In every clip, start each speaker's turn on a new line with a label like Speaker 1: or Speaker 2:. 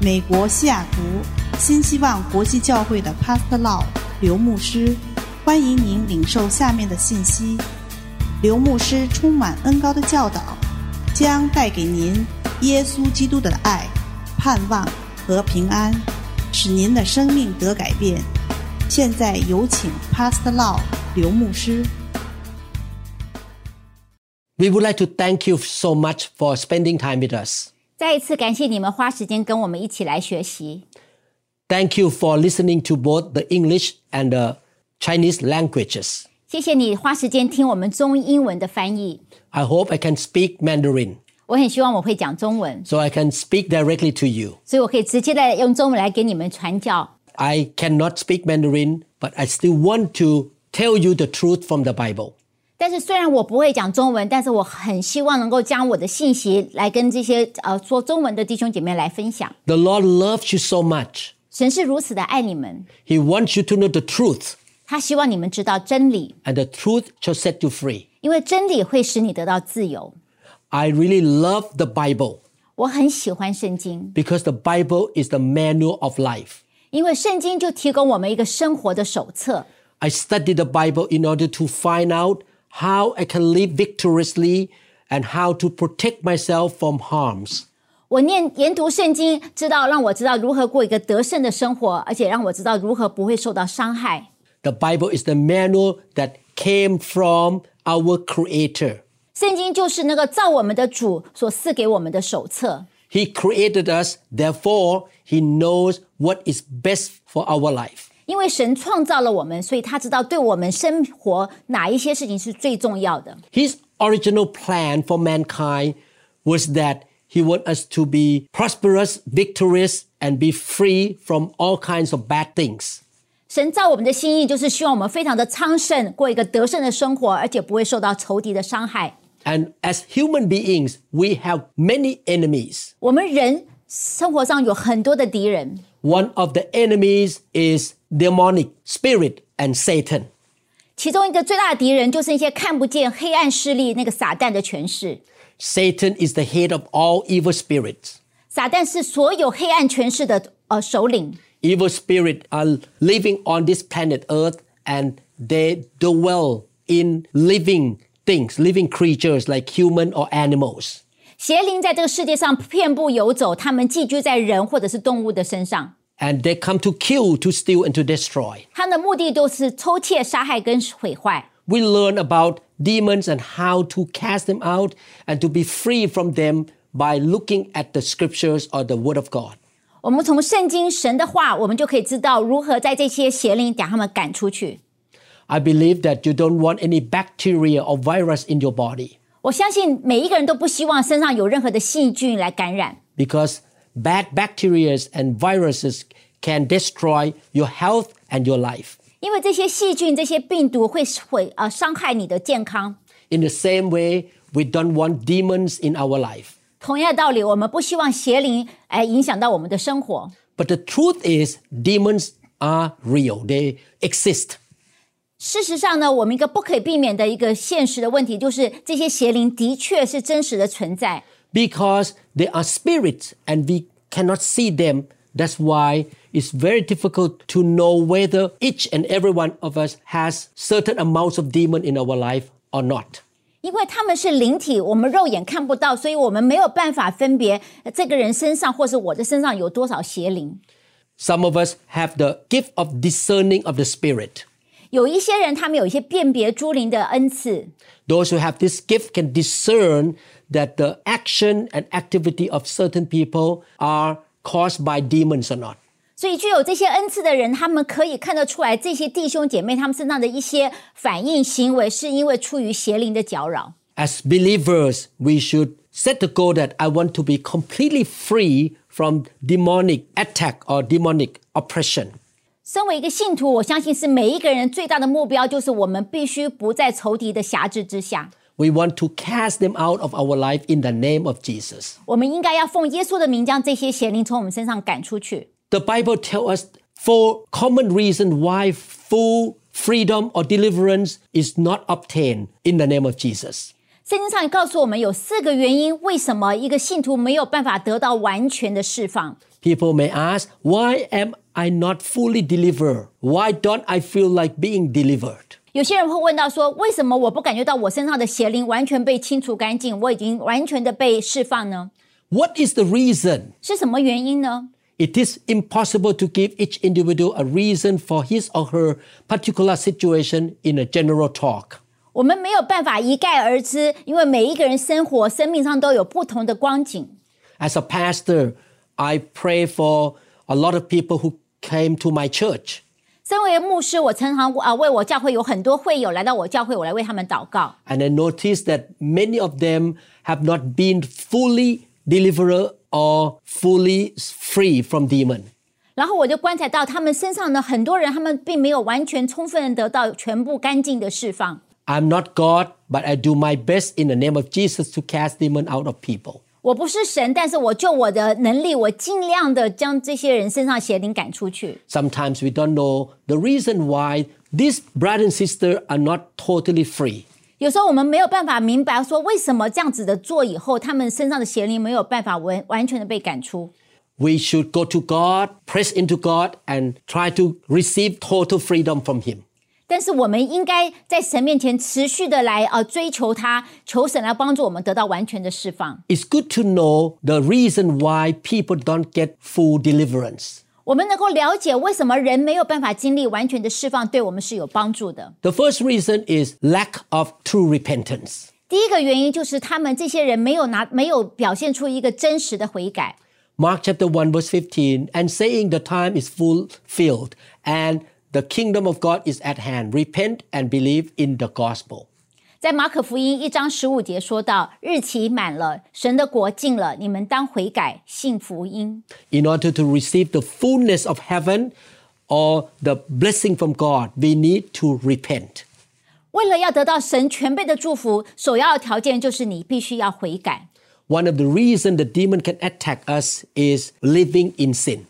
Speaker 1: 美国西雅图新希望国际教会的 Pastor Law 刘牧师，欢迎您领受下面的信息。刘牧师充满恩高的教导，将带给您耶稣基督的爱、盼望和平安，使您的生命得改变。现在有请 Pastor Law 刘牧师。
Speaker 2: We would like to thank you so much for spending time with us.
Speaker 3: 再一次感谢你们花时间跟我们一起来学习，
Speaker 2: Thank you for listening to both the English and the Chinese languages.
Speaker 3: 谢谢你花时间听我们中英文的翻译。
Speaker 2: I hope I can speak Mandarin
Speaker 3: 我很希望我会讲中文，
Speaker 2: so I can speak directly to you.
Speaker 3: 所以我可以直接的用中文来给你们传教。
Speaker 2: I cannot speak Mandarin, but I still want to tell you the truth from the Bible.
Speaker 3: 但是虽然我不会讲中文，但是我很希望能够将我的信息来跟这些呃说中文的弟兄姐妹来分享。
Speaker 2: The Lord loves you so much.
Speaker 3: 神是如此的爱你们，
Speaker 2: He wants you to know the truth,
Speaker 3: 他希望你们知道真理，
Speaker 2: and the truth shall set you free.
Speaker 3: 因为真理会使你得到自由。
Speaker 2: I really love the Bible
Speaker 3: 我很喜欢圣经，
Speaker 2: because the Bible is the manual of life.
Speaker 3: 因为圣经就提供我们一个生活的手册。
Speaker 2: I study the Bible in order to find out how I can live victoriously and how to protect myself from harms.
Speaker 3: 我念研读圣经，知道让我知道如何过一个得胜的生活，而且让我知道如何不会受到伤害。
Speaker 2: The Bible is the manual that came from our Creator.
Speaker 3: 圣经就是那个造我们的主所赐给我们的手册。
Speaker 2: He created us, therefore, He knows what is best for our life.
Speaker 3: 因为神创造了我们，所以他知道对我们生活哪一些事情是最重要的。
Speaker 2: His original plan for mankind was that He wanted us to be prosperous, victorious, and be free from all kinds of bad things.
Speaker 3: 神造我们的心意就是希望我们非常的昌盛，过一个得胜的生活，而且不会受到仇敌的伤害。
Speaker 2: And as human beings, we have many enemies.
Speaker 3: 我们人生活上有很多的敌人，
Speaker 2: One of the enemies is demonic spirit and Satan.
Speaker 3: 其中一个最大的敌人就是那些看不见黑暗势力，那个撒旦的权势。
Speaker 2: Satan is the head of all evil spirits.
Speaker 3: 撒旦是所有黑暗权势的呃首领，
Speaker 2: Evil spirits are living on this planet Earth and they dwell in living things, living creatures like human or animals.
Speaker 3: 邪灵在这个世界上遍布游走，他们寄居在人或者是动物的身上，
Speaker 2: And they come to kill, to steal, and to destroy.
Speaker 3: 他们的目的都是偷窃、杀害跟毁坏。
Speaker 2: we learn about demons and how to cast them out and to be free from them by looking at the scriptures or the word of God.
Speaker 3: 我们从圣经神的话，我们就可以知道如何在这些邪灵把他们赶出去。
Speaker 2: I believe that you don't want any bacteria or virus in your body
Speaker 3: 我相信每一个人都不希望身上有任何的细菌来感染，
Speaker 2: because bad bacteria and viruses can destroy your health and your life.
Speaker 3: 因为这些细菌、这些病毒会毁呃伤害你的健康。
Speaker 2: In the same way, we don't want demons in our life.
Speaker 3: 同样的道理，我们不希望邪灵哎影响到我们的生活。
Speaker 2: But the truth is, demons are real, they exist.
Speaker 3: 事实上呢，我们一个不可避免的一个现实的问题，就是这些邪灵的确是真实的存在。
Speaker 2: because they are spirits and we cannot see them. That's why it's very difficult to know whether each and every one of us has certain amounts of demon in our life or not.
Speaker 3: 因为他们是灵体，我们肉眼看不到，所以我们没有办法分别呃这个人身上或是我的身上有多少邪灵。
Speaker 2: Some of us have the gift of discerning of the spirit.
Speaker 3: 有一些人，他们有一些辨别诸灵的恩赐，
Speaker 2: Those who have this gift can discern that the action and activity of certain people are caused by demons or not.
Speaker 3: 所以具有这些恩赐的人，他们可以看得出来，这些弟兄姐妹他们身上的一些反应行为，是因为出于邪灵的搅扰。
Speaker 2: As believers, we should set the goal that I want to be completely free from demonic attack or demonic oppression.
Speaker 3: 身为一个信徒，我相信是每一个人最大的目标，就是我们必须不在仇敌的辖制之下。
Speaker 2: We want to cast them out of our life in the name of Jesus.
Speaker 3: 我们应该要奉耶稣的名，将这些邪灵从我们身上赶出去。
Speaker 2: The Bible tells us four common reasons why full freedom or deliverance is not obtained in the name of Jesus.
Speaker 3: 圣经上也告诉我们有四个原因，为什么一个信徒没有办法得到完全的释放。
Speaker 2: People may ask, why am I not fully delivered? Why don't I feel like being delivered?
Speaker 3: 有些人会问到说，为什么我不感觉到我身上的邪灵完全被清除干净，我已经完全的被释放呢？
Speaker 2: What is the reason?
Speaker 3: 是什么原因呢？
Speaker 2: It is impossible to give each individual a reason for his or her particular situation in a general talk.
Speaker 3: 我们没有办法一概而知，因为每一个人生活、生命上都有不同的光景。
Speaker 2: As a pastor, I pray for a lot of people who came to my church.
Speaker 3: 身为牧师，我常常啊为我教会有很多会友来到我教会，我来为他们祷告。
Speaker 2: And I noticed that many of them have not been fully delivered or fully free from demon.
Speaker 3: 然后我就观察到他们身上呢，很多人他们并没有完全充分地得到全部干净的释放。
Speaker 2: I'm not God, but I do my best in the name of Jesus to cast demon out of people.
Speaker 3: 我不是神，但是我就我的能力，我尽量的将这些人身上邪灵赶出去。
Speaker 2: Sometimes we don't know the reason why these brother and sister are not totally free.
Speaker 3: 有时候我们没有办法明白说为什么这样子的做以后，他们身上的邪灵没有办法完完全的被赶出。
Speaker 2: We should go to God, press into God, and try to receive total freedom from Him.
Speaker 3: 但是我们应该在神面前持续的来呃追求他，求神来帮助我们得到完全的释放。
Speaker 2: It's good to know the reason why people don't get full deliverance.
Speaker 3: 我们能够了解为什么人没有办法经历完全的释放，对我们是有帮助的。
Speaker 2: The first reason is lack of true repentance.
Speaker 3: 第一个原因就是他们这些人没有拿，没有表现出一个真实的悔改。
Speaker 2: Mark chapter 1 verse 15 and saying the time is fulfilled and the kingdom of God is at hand repent and believe in the gospel.
Speaker 3: 在马可福音一章十五节说到：“日期满了，神的国近了，你们当悔改，信福音。
Speaker 2: In order to receive the fullness of heaven or the blessing from God, we need to repent. ”
Speaker 3: 为了要得到神全备的祝福，首要的条件就是你必须要悔改。
Speaker 2: One of the reasons the demon can attack us is living in sin.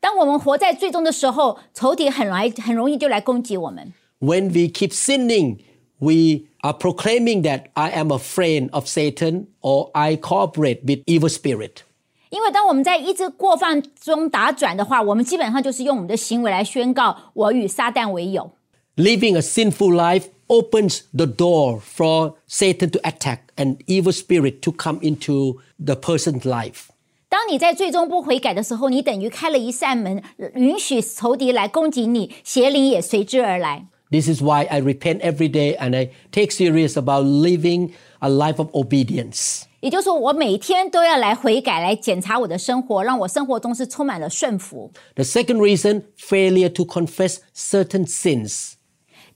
Speaker 3: 当我们活在最终的时候，仇敌很来很容易就来攻击我们。
Speaker 2: When we keep sinning, we are proclaiming that I am a friend of Satan or I cooperate with evil spirit.
Speaker 3: 因为当我们在一直过犯中打转的话，我们基本上就是用我们的行为来宣告我与撒旦为友。
Speaker 2: Living a sinful life opens the door for Satan to attack and evil spirit to come into the person's life.
Speaker 3: 当你在最终不悔改的时候，你等于开了一扇门，允许仇敌来攻击你，邪灵也随之而来。
Speaker 2: This is why I repent every day and I take serious about living a life of obedience.
Speaker 3: 也就是说，我每天都要来悔改，来检查我的生活，让我生活中是充满了顺服。
Speaker 2: The second reason, failure to confess certain sins.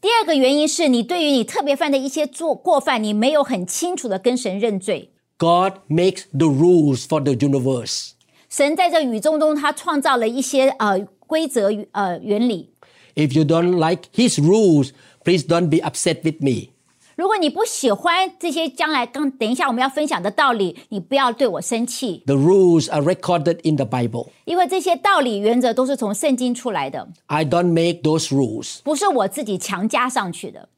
Speaker 3: 第二个原因是你对于你特别犯的一些做过犯，你没有很清楚的跟神认罪。
Speaker 2: God makes the rules for the universe.
Speaker 3: 神在这宇宙中，他创造了一些呃规则与呃原理。
Speaker 2: If you don't like his rules, please don't be upset with me.
Speaker 3: 如果你不喜欢这些将来刚等一下我们要分享的道理，你不要对我生气，
Speaker 2: The rules are recorded in the Bible.
Speaker 3: 因为这些道理原则都是从圣经出来的，
Speaker 2: I don't make those rules.
Speaker 3: 不是我自己强加上去的。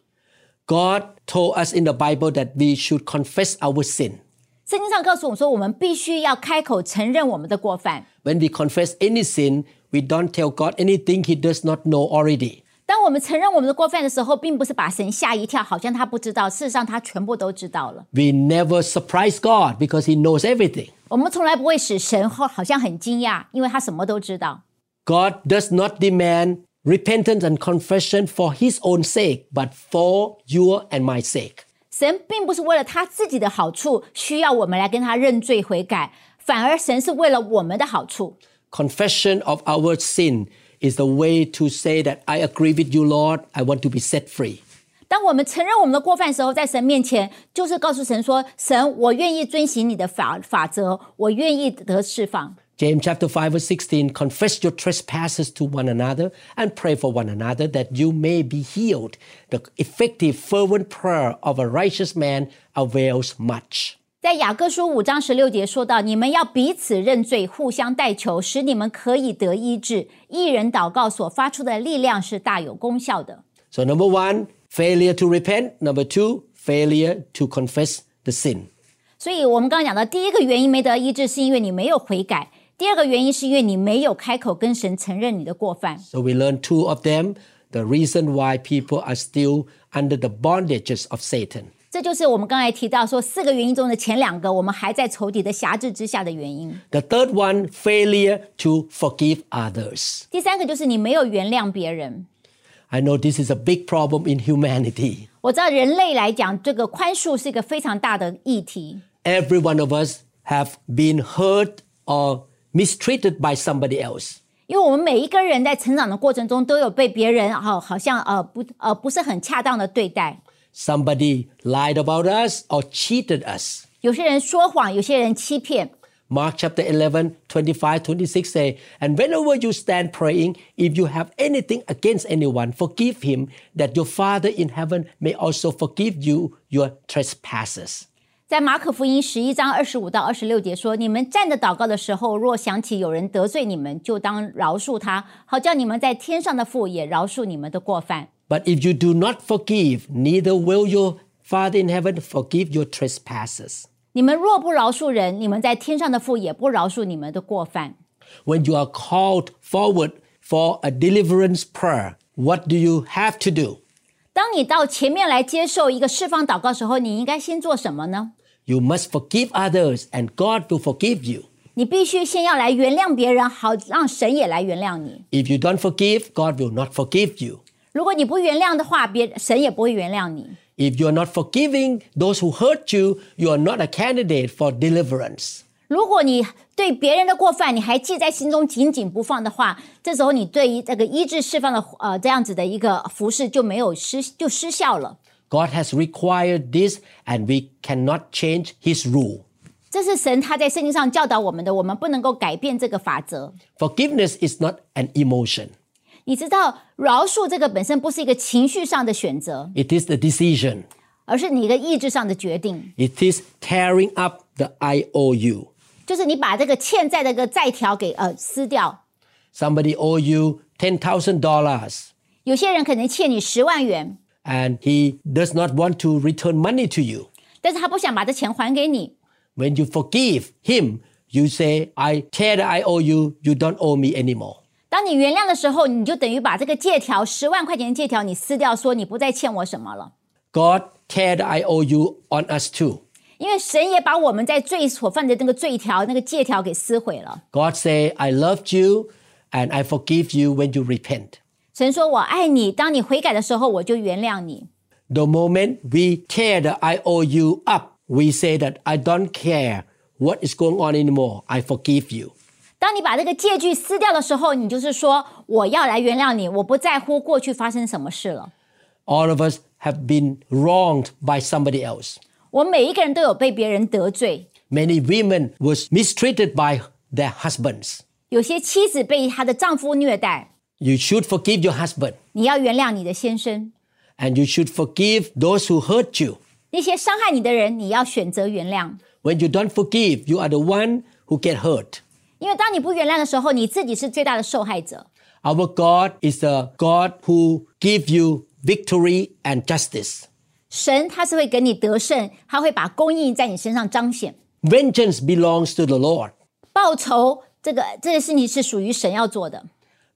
Speaker 2: God told us in the Bible that we should confess our sin.
Speaker 3: 圣经上告诉我们说，我们必须要开口承认我们的过犯。
Speaker 2: When we confess any sin, we don't tell God anything He does not know already.
Speaker 3: 当我们承认我们的过犯的时候，并不是把神吓一跳，好像他不知道，事实上他全部都知道了。
Speaker 2: We never surprise God because He knows everything.
Speaker 3: 我们从来不会使神后好像很惊讶，因为他什么都知道。
Speaker 2: God does not demand repentance and confession for His own sake, but for your and my sake.
Speaker 3: 神并不是为了他自己的好处需要我们来跟他认罪悔改，反而神是为了我们的好处。
Speaker 2: Confession of our sin is the way to say that I agree with you, Lord. I want to be set free.
Speaker 3: 当我们承认我们的过犯的时候，在神面前就是告诉神说：“神，我愿意遵行你的法法则，我愿意得释放。
Speaker 2: James chapter 5 verse 16 confess your trespasses to one another and pray for one another that you may be healed. The effective fervent prayer of a righteous man avails much. ”
Speaker 3: 在雅各书五章十六节说到：“你们要彼此认罪，互相代求，使你们可以得医治。一人祷告所发出的力量是大有功效的。”
Speaker 2: So number 1, failure to repent, number 2, failure to confess the sin.
Speaker 3: 所以我们刚刚讲到，第一个原因没得医治，是因为你没有悔改；第二个原因是因为你没有开口跟神承认你的过犯。
Speaker 2: So we learned two of them, the reason why people are still under the bondages of Satan.
Speaker 3: 这就是我们刚才提到说四个原因中的前两个，我们还在仇敌的辖制之下的原因。
Speaker 2: The third one, failure to forgive others.
Speaker 3: 第三个就是你没有原谅别人。
Speaker 2: I know this is a big problem in humanity.
Speaker 3: 我知道人类来讲，这个宽恕是一个非常大的议题。
Speaker 2: Every one of us have been hurt or mistreated by somebody else.
Speaker 3: 因为我们每一个人在成长的过程中，都有被别人哈、好像呃不呃不是很恰当的对待。
Speaker 2: Somebody lied about us or cheated us.
Speaker 3: 有些人说谎，有些人欺骗。
Speaker 2: Mark chapter 11, 25, 26 say, And whenever you stand praying, if you have anything against anyone, forgive him, that your Father in heaven may also forgive you your trespasses.
Speaker 3: 在马可福音十一章二十五到二十六节说：“你们站着祷告的时候，若想起有人得罪你们，就当饶恕他，好叫你们在天上的父也饶恕你们的过犯。
Speaker 2: But if you do not forgive, neither will your Father in heaven forgive your trespasses.
Speaker 3: 你们若不饶恕人，你们在天上的父也不饶恕你们的过犯。
Speaker 2: When you are called forward for a deliverance prayer, what do you have to do? ”
Speaker 3: 当你到前面来接受一个释放祷告时候，你应该先做什么呢？
Speaker 2: You must forgive others, and God will forgive you.
Speaker 3: 你必须先要来原谅别人，好让神也来原谅你。
Speaker 2: If you don't forgive, God will not forgive you.
Speaker 3: 如果你不原谅的话，别神也不会原谅你。
Speaker 2: If you are not forgiving those who hurt you, you are not a candidate for deliverance.
Speaker 3: 如果你对别人的过犯你还记在心中紧紧不放的话，这时候你对于这个医治释放的呃这样子的一个服饰就没有失就失效了。
Speaker 2: God has required this, and we cannot change His rule.
Speaker 3: 这是神他在圣经上教导我们的，我们不能够改变这个法则。
Speaker 2: Forgiveness is not an emotion,
Speaker 3: 你知道，饶恕这个本身不是一个情绪上的选择，
Speaker 2: it is the decision.
Speaker 3: 而是你一个意志上的决定，
Speaker 2: It is tearing up the IOU.
Speaker 3: 就是你把这个欠债的一个债条给呃撕掉。
Speaker 2: Somebody owe you $10,000
Speaker 3: 有些人可能欠你十万元，
Speaker 2: and he does not want to return money to you.
Speaker 3: 但是他不想把这钱还给你。
Speaker 2: When you forgive him, you say, I tear the IOU, you don't owe me anymore.
Speaker 3: 当你原谅的时候，你就等于把这个借条十万块钱的借条你撕掉，说你不再欠我什么了。
Speaker 2: God tear the IOU on us too.
Speaker 3: 因为神也把我们在罪所犯的那个罪条、那个借条给撕毁了。
Speaker 2: God say, I loved you and I forgive you when you repent.
Speaker 3: 神说：“我爱你，当你悔改的时候，我就原谅你。
Speaker 2: The moment we tear the IOU up, we say that I don't care what is going on anymore. I forgive you.
Speaker 3: 当你把这个借据撕掉的时候，你就是说我要来原谅你，我不在乎过去发生什么事了。
Speaker 2: All of us have been wronged by somebody else.
Speaker 3: 我们每一个人都有被别人得罪，
Speaker 2: Many women was mistreated by their husbands.
Speaker 3: 有些妻子被她的丈夫虐待，
Speaker 2: You should forgive your husband
Speaker 3: 你要原谅你的先生。
Speaker 2: and you should forgive those who hurt you.
Speaker 3: 那些伤害你的人，你要选择原谅，
Speaker 2: When you don't forgive, you are the one who get hurt.
Speaker 3: 因为当你不原谅的时候，你自己是最大的受害者。
Speaker 2: Our God is a God who give you victory and justice.
Speaker 3: 神他是会给你得胜，他会把公义在你身上彰显。
Speaker 2: Vengeance belongs to the Lord.
Speaker 3: 报仇这个这个事情是属于神要做的，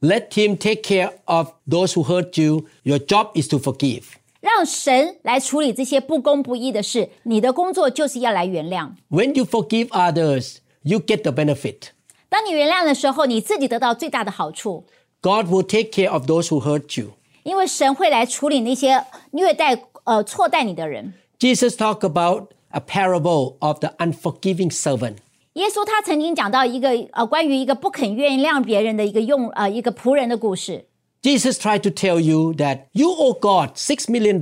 Speaker 2: Let him take care of those who hurt you. Your job is to forgive.
Speaker 3: 让神来处理这些不公不义的事。你的工作就是要来原谅。
Speaker 2: When you forgive others, you get the benefit.
Speaker 3: 当你原谅的时候，你自己得到最大的好处，
Speaker 2: God will take care of those who hurt you.
Speaker 3: 因为神会来处理那些虐待呃错待你的人。
Speaker 2: Jesus talked about a parable of the unforgiving servant.
Speaker 3: 耶稣他曾经讲到一个呃关于一个不肯原谅别人的一个用呃一个仆人的故事。
Speaker 2: Jesus tried to tell you that you owe God $6 million,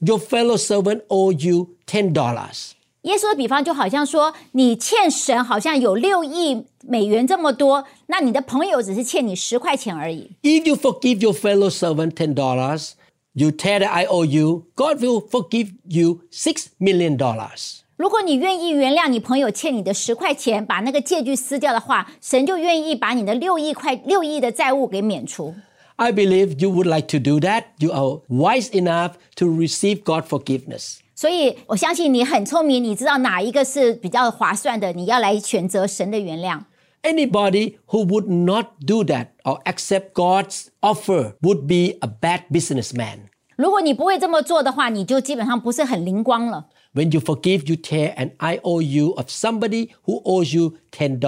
Speaker 2: your fellow servant owe you $10.
Speaker 3: 耶稣的比方就好像说，你欠神好像有六亿美元这么多，那你的朋友只是欠你十块钱而已。
Speaker 2: If you forgive your fellow servant ten dollars, you tell the IOU, God will forgive you six million dollars.
Speaker 3: 如果你愿意原谅你朋友欠你的十块钱，把那个借据撕掉的话，神就愿意把你的六亿块六亿的债务给免除。
Speaker 2: I believe you would like to do that. You are wise enough to receive God's forgiveness.
Speaker 3: 所以我相信你很聪明，你知道哪一个是比较划算的，你要来选择神的原谅。
Speaker 2: Anybody who would not do that or accept God's offer would be a bad businessman.
Speaker 3: 如果你不会这么做的话，你就基本上不是很灵光了。
Speaker 2: When you forgive, you tear an IOU of somebody who owes you $10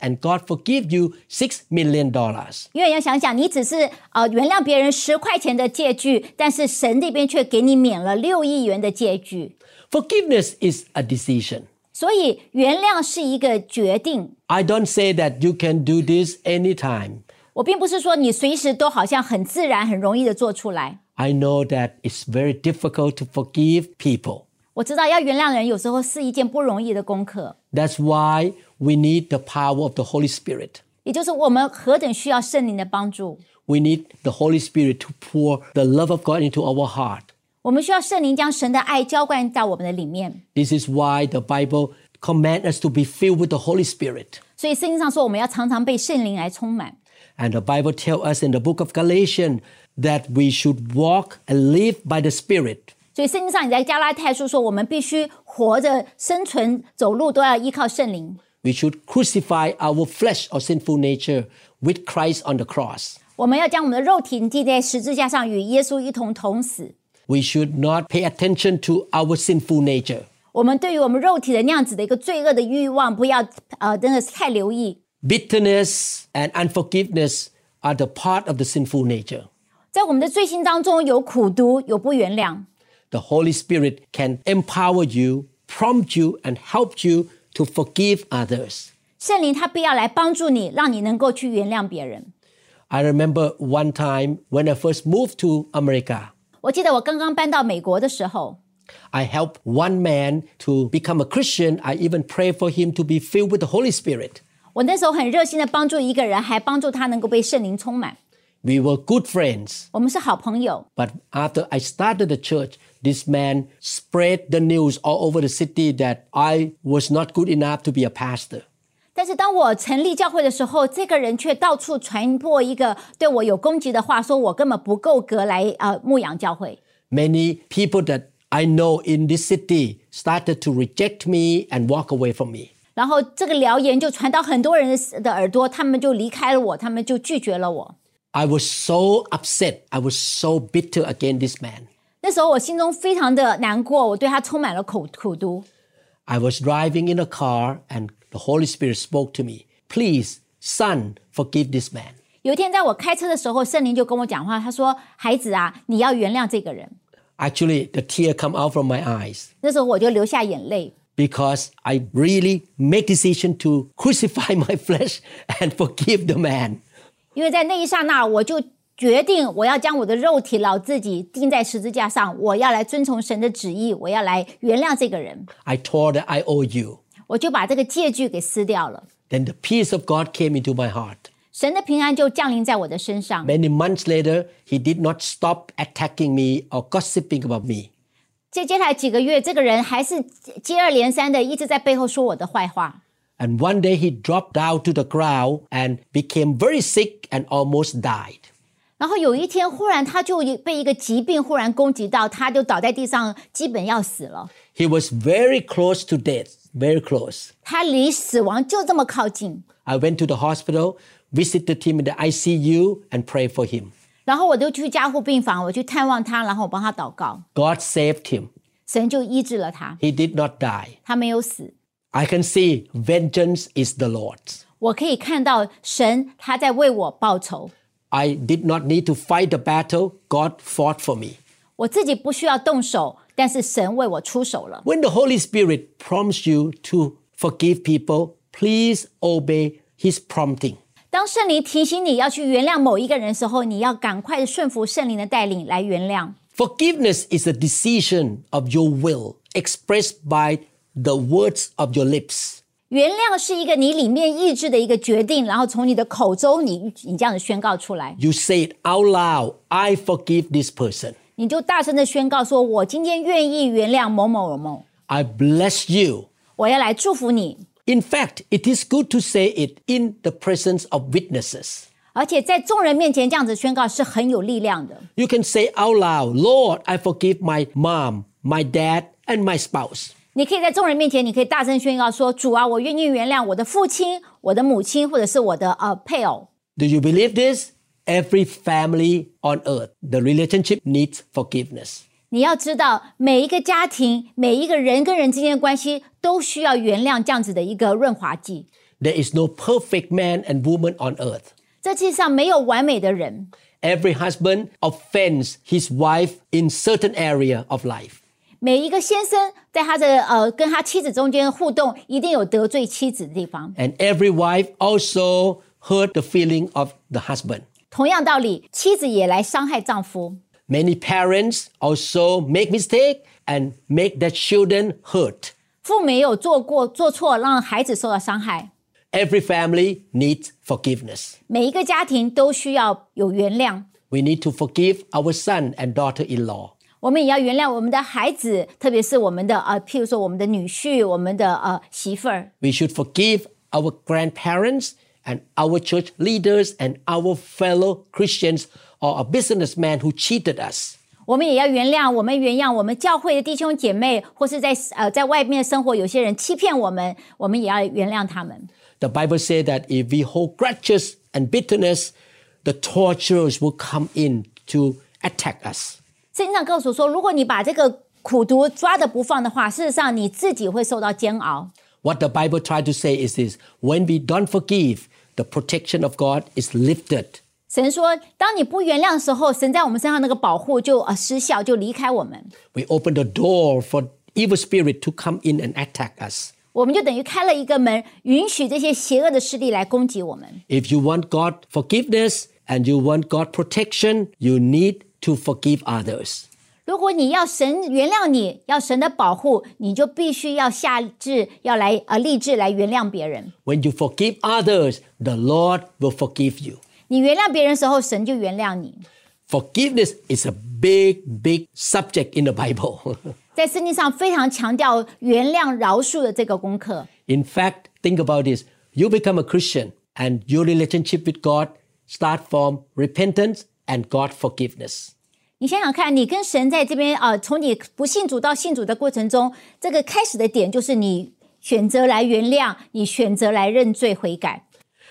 Speaker 2: and God forgive you $6 million.
Speaker 3: 因为要想想，你只是呃原谅别人十块钱的借据，但是神这边却给你免了六亿元的借据。
Speaker 2: Forgiveness is a decision.
Speaker 3: 所以原谅是一个决定。
Speaker 2: I don't say that you can do this anytime.
Speaker 3: 我并不是说你随时都好像很自然、很容易的做出来。
Speaker 2: I know that it's very difficult to forgive people.
Speaker 3: 我知道要原谅人有时候是一件不容易的功课，
Speaker 2: That's why we need the power of the Holy Spirit.
Speaker 3: 也就是我们何等需要圣灵的帮助。
Speaker 2: We need the Holy Spirit to pour the love of God into our heart.
Speaker 3: 我们需要圣灵将神的爱浇灌到我们的里面。
Speaker 2: This is why the Bible commands us to be filled with the Holy Spirit.
Speaker 3: 所以圣经上说，我们要常常被圣灵来充满。
Speaker 2: And the Bible tells us in the book of Galatians that we should walk and live by the Spirit.
Speaker 3: 所以圣经上你在加拉太书说，我们必须活着、生存、走路都要依靠圣灵。
Speaker 2: We should crucify our flesh or sinful nature with Christ on the cross.
Speaker 3: 我们要将我们的肉体钉在十字架上，与耶稣一同同死。
Speaker 2: We should not pay attention to our sinful nature.
Speaker 3: 我们对于我们肉体的那样子的一个罪恶的欲望，不要呃，真的是太留意。
Speaker 2: Bitterness and unforgiveness are the part of the sinful nature.
Speaker 3: 在我们的罪行当中有苦毒，有不原谅。
Speaker 2: The Holy Spirit can empower you, prompt you, and help you to forgive others.
Speaker 3: 圣灵他必要来帮助你，让你能够去原谅别人。
Speaker 2: I remember one time when I first moved to America,
Speaker 3: 我记得我刚刚搬到美国的时候，
Speaker 2: I helped one man to become a Christian. I even prayed for him to be filled with the Holy Spirit.
Speaker 3: 我那时候很热心的帮助一个人，还帮助他能够被圣灵充满。
Speaker 2: We were good friends.
Speaker 3: 我们是好朋友。
Speaker 2: But after I started the church, this man spread the news all over the city that I was not good enough to be a pastor.
Speaker 3: 但是当我成立教会的时候，这个人却到处传播一个对我有攻击的话，说我根本不够格来呃牧养教会。
Speaker 2: Many people that I know in this city started to reject me and walk away from me.
Speaker 3: 然后这个谣言就传到很多人的的耳朵，他们就离开了我，他们就拒绝了我。
Speaker 2: I was so upset. I was so bitter against this man.
Speaker 3: 那时候我心中非常的难过，我对他充满了口苦毒。
Speaker 2: I was driving in a car and the Holy Spirit spoke to me. Please, son, forgive this man.
Speaker 3: 有一天，在我开车的时候，圣灵就跟我讲话，他说：“孩子啊，你要原谅这个人。
Speaker 2: Actually, the tear come out from my eyes ”
Speaker 3: 那时候我就流下眼泪，
Speaker 2: because I really make decision to crucify my flesh and forgive the man.
Speaker 3: 因为在那一刹那，我就决定我要将我的肉体老自己钉在十字架上，我要来遵从神的旨意，我要来原谅这个人，
Speaker 2: I tore the IOU.
Speaker 3: 我就把这个借据给撕掉了。
Speaker 2: Then the peace of God came into my heart.
Speaker 3: 神的平安就降临在我的身上。
Speaker 2: Many months later, he did not stop attacking me or gossiping about me.
Speaker 3: 接接下来几个月，这个人还是接二连三的一直在背后说我的坏话。
Speaker 2: And one day he dropped down to the ground and became very sick and almost died.
Speaker 3: 然后有一天，忽然他就被一个疾病忽然攻击到，他就倒在地上，基本要死了。
Speaker 2: He was very close to death, very close.
Speaker 3: 他离死亡就这么靠近。
Speaker 2: I went to the hospital, visited him in the ICU, and prayed for him.
Speaker 3: 然后我就去加护病房，我去探望他，然后我帮他祷告，
Speaker 2: God saved him.
Speaker 3: 神就医治了他，
Speaker 2: He did not die.
Speaker 3: 他没有死。
Speaker 2: I can see vengeance is the Lord's.
Speaker 3: 我可以看到神他在为我报仇，
Speaker 2: I did not need to fight the battle. God fought for me.
Speaker 3: 我自己不需要动手，但是神为我出手了。
Speaker 2: When the Holy Spirit prompts you to forgive people, please obey His prompting.
Speaker 3: 当圣灵提醒你要去原谅某一个人的时候，你要赶快顺服圣灵的带领来原谅。
Speaker 2: Forgiveness is a decision of your will expressed by the words of your lips.
Speaker 3: 原谅是一个你里面意志的一个决定，然后从你的口中你，你这样子宣告出来，
Speaker 2: You say it out loud I forgive this person.
Speaker 3: 你就大声的宣告说：“我今天愿意原谅某某某，
Speaker 2: I bless you.
Speaker 3: 我要来祝福你。
Speaker 2: In fact, it is good to say it in the presence of witnesses. ”
Speaker 3: 而且在众人面前这样子宣告是很有力量的。
Speaker 2: You can say out loud, Lord, I forgive my mom, my dad, and my spouse.
Speaker 3: 你可以在众人面前，你可以大声宣告说：“主啊，我愿意原谅我的父亲、我的母亲，或者是我的呃配偶。
Speaker 2: Do you believe this? Every family on earth, the relationship needs forgiveness. ”
Speaker 3: 你要知道，每一个家庭、每一个人跟人之间的关系，都需要原谅这样子的一个润滑剂。
Speaker 2: There is no perfect man and woman on earth.
Speaker 3: 这世上没有完美的人，
Speaker 2: Every husband offends his wife in certain area of life.
Speaker 3: 每一个先生在他的呃跟他妻子中间的互动，一定有得罪妻子的地方。
Speaker 2: And every wife also hurt the feeling of the husband.
Speaker 3: 同样道理，妻子也来伤害丈夫。
Speaker 2: Many parents also make mistake and make their children hurt.
Speaker 3: 父母也有做过做错，让孩子受到伤害。
Speaker 2: Every family needs forgiveness.
Speaker 3: 每一个家庭都需要有原谅，
Speaker 2: We need to forgive our son and daughter-in-law.
Speaker 3: 我们也要原谅我们的孩子，特别是我们的呃，譬如说我们的女婿、我们的呃媳妇儿。
Speaker 2: We should forgive our grandparents and our church leaders and our fellow Christians or a businessman who cheated us.
Speaker 3: 我们也要原谅，我们原谅我们教会的弟兄姐妹，或是在呃在外面生活，有些人欺骗我们，我们也要原谅他们。
Speaker 2: The Bible says that if we hold grudges and bitterness, the torturers will come in to attack us.
Speaker 3: 圣经上告诉我说，如果你把这个苦毒抓着不放的话，事实上你自己会受到煎熬。
Speaker 2: What the Bible tries to say is this when we don't forgive, the protection of God is lifted.
Speaker 3: 神说，当你不原谅的时候，神在我们身上那个保护就呃失效，就离开我们，
Speaker 2: We open the door for evil spirit to come in and attack us.
Speaker 3: 我们就等于开了一个门，允许这些邪恶的势力来攻击我们。
Speaker 2: If you want God forgiveness and you want God protection, you need to forgive others.
Speaker 3: 如果你要神原谅你，要神的保护，你就必须要下志，要来呃立志来原谅别人。
Speaker 2: When you forgive others, the Lord will forgive you.
Speaker 3: 你原谅别人的时候，神就原谅你。
Speaker 2: Forgiveness is a big, big subject in the Bible.
Speaker 3: 在圣经上非常强调原谅、饶恕的这个功课。
Speaker 2: in fact, think about this. You become a Christian and your relationship with God start from repentance and God forgiveness.
Speaker 3: 你想想看，你跟神在这边啊、呃从你不信主到信主的过程中，这个开始的点就是你选择来原谅，你选择来认罪悔改。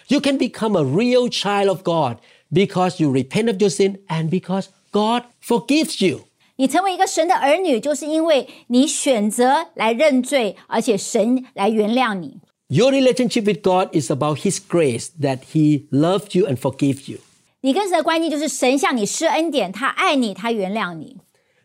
Speaker 2: You can become a real child of God because you repent of your sin and because God forgives you.
Speaker 3: 你成为一个神的儿女，就是因为你选择来认罪，而且神来原谅你。
Speaker 2: Your relationship with God is about His grace that He loved you and forgive you.
Speaker 3: 你跟神的关系就是神向你施恩典，他爱你，他原谅你，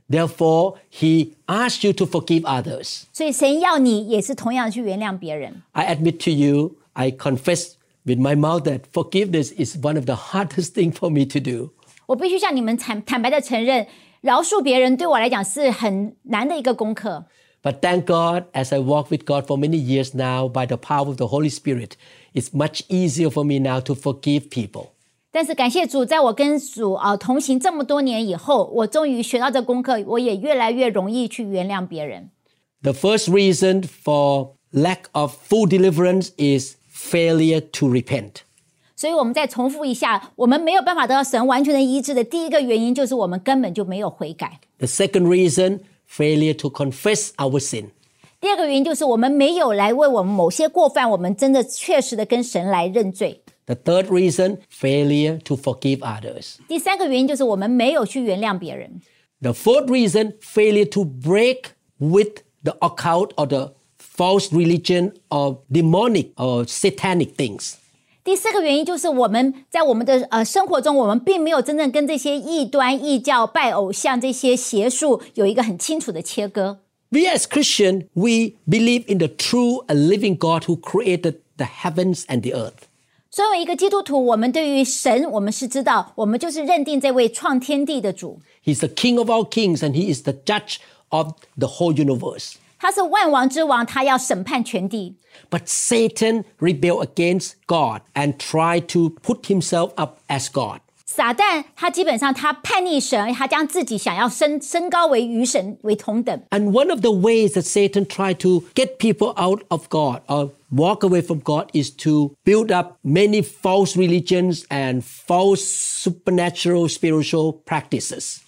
Speaker 2: Therefore, He asks you to forgive others.
Speaker 3: 所以神要你也是同样去原谅别人。
Speaker 2: I admit to you, I confess with my mouth that forgiveness is one of the hardest things for me to do.
Speaker 3: 我必须向你们坦坦白的承认，饶恕别人对我来讲是很难的一个功课。
Speaker 2: But thank God, as I walk with God for many years now by the power of the Holy Spirit, it's much easier for me now to forgive people.
Speaker 3: 但是感谢主，在我跟主啊、呃同行这么多年以后，我终于学到这功课，我也越来越容易去原谅别人。
Speaker 2: The first reason for lack of full deliverance is failure to repent.
Speaker 3: 所以我们再重复一下，我们没有办法得到神完全的医治的第一个原因，就是我们根本就没有悔改；
Speaker 2: The second reason, failure to confess our sin.
Speaker 3: 第二个原因就是我们没有来为我们某些过犯，我们真的确实的跟神来认罪；
Speaker 2: The third reason, failure to forgive others.
Speaker 3: 第三个原因就是我们没有去原谅别人；
Speaker 2: The fourth reason, failure to break with the occult or the false religion or demonic or satanic things.
Speaker 3: 第四个原因就是我们在我们的呃生活中，我们并没有真正跟这些异端、异教、拜偶像这些邪术有一个很清楚的切割。
Speaker 2: We as Christian, we believe in the true and living God who created the heavens and the earth.
Speaker 3: 身为一个基督徒，我们对于神，我们是知道，我们就是认定这位创天地的主，
Speaker 2: He's the King of all kings and he is the judge of the whole universe.
Speaker 3: 他是万王之王，他要审判全地。
Speaker 2: But Satan rebelled against God and tried to put himself up as God.
Speaker 3: 撒旦他基本上他叛逆神，他将自己想要升升高为与神为同等。
Speaker 2: And one of the ways that Satan tried to get people out of God or walk away from God is to build up many false religions and false supernatural spiritual practices.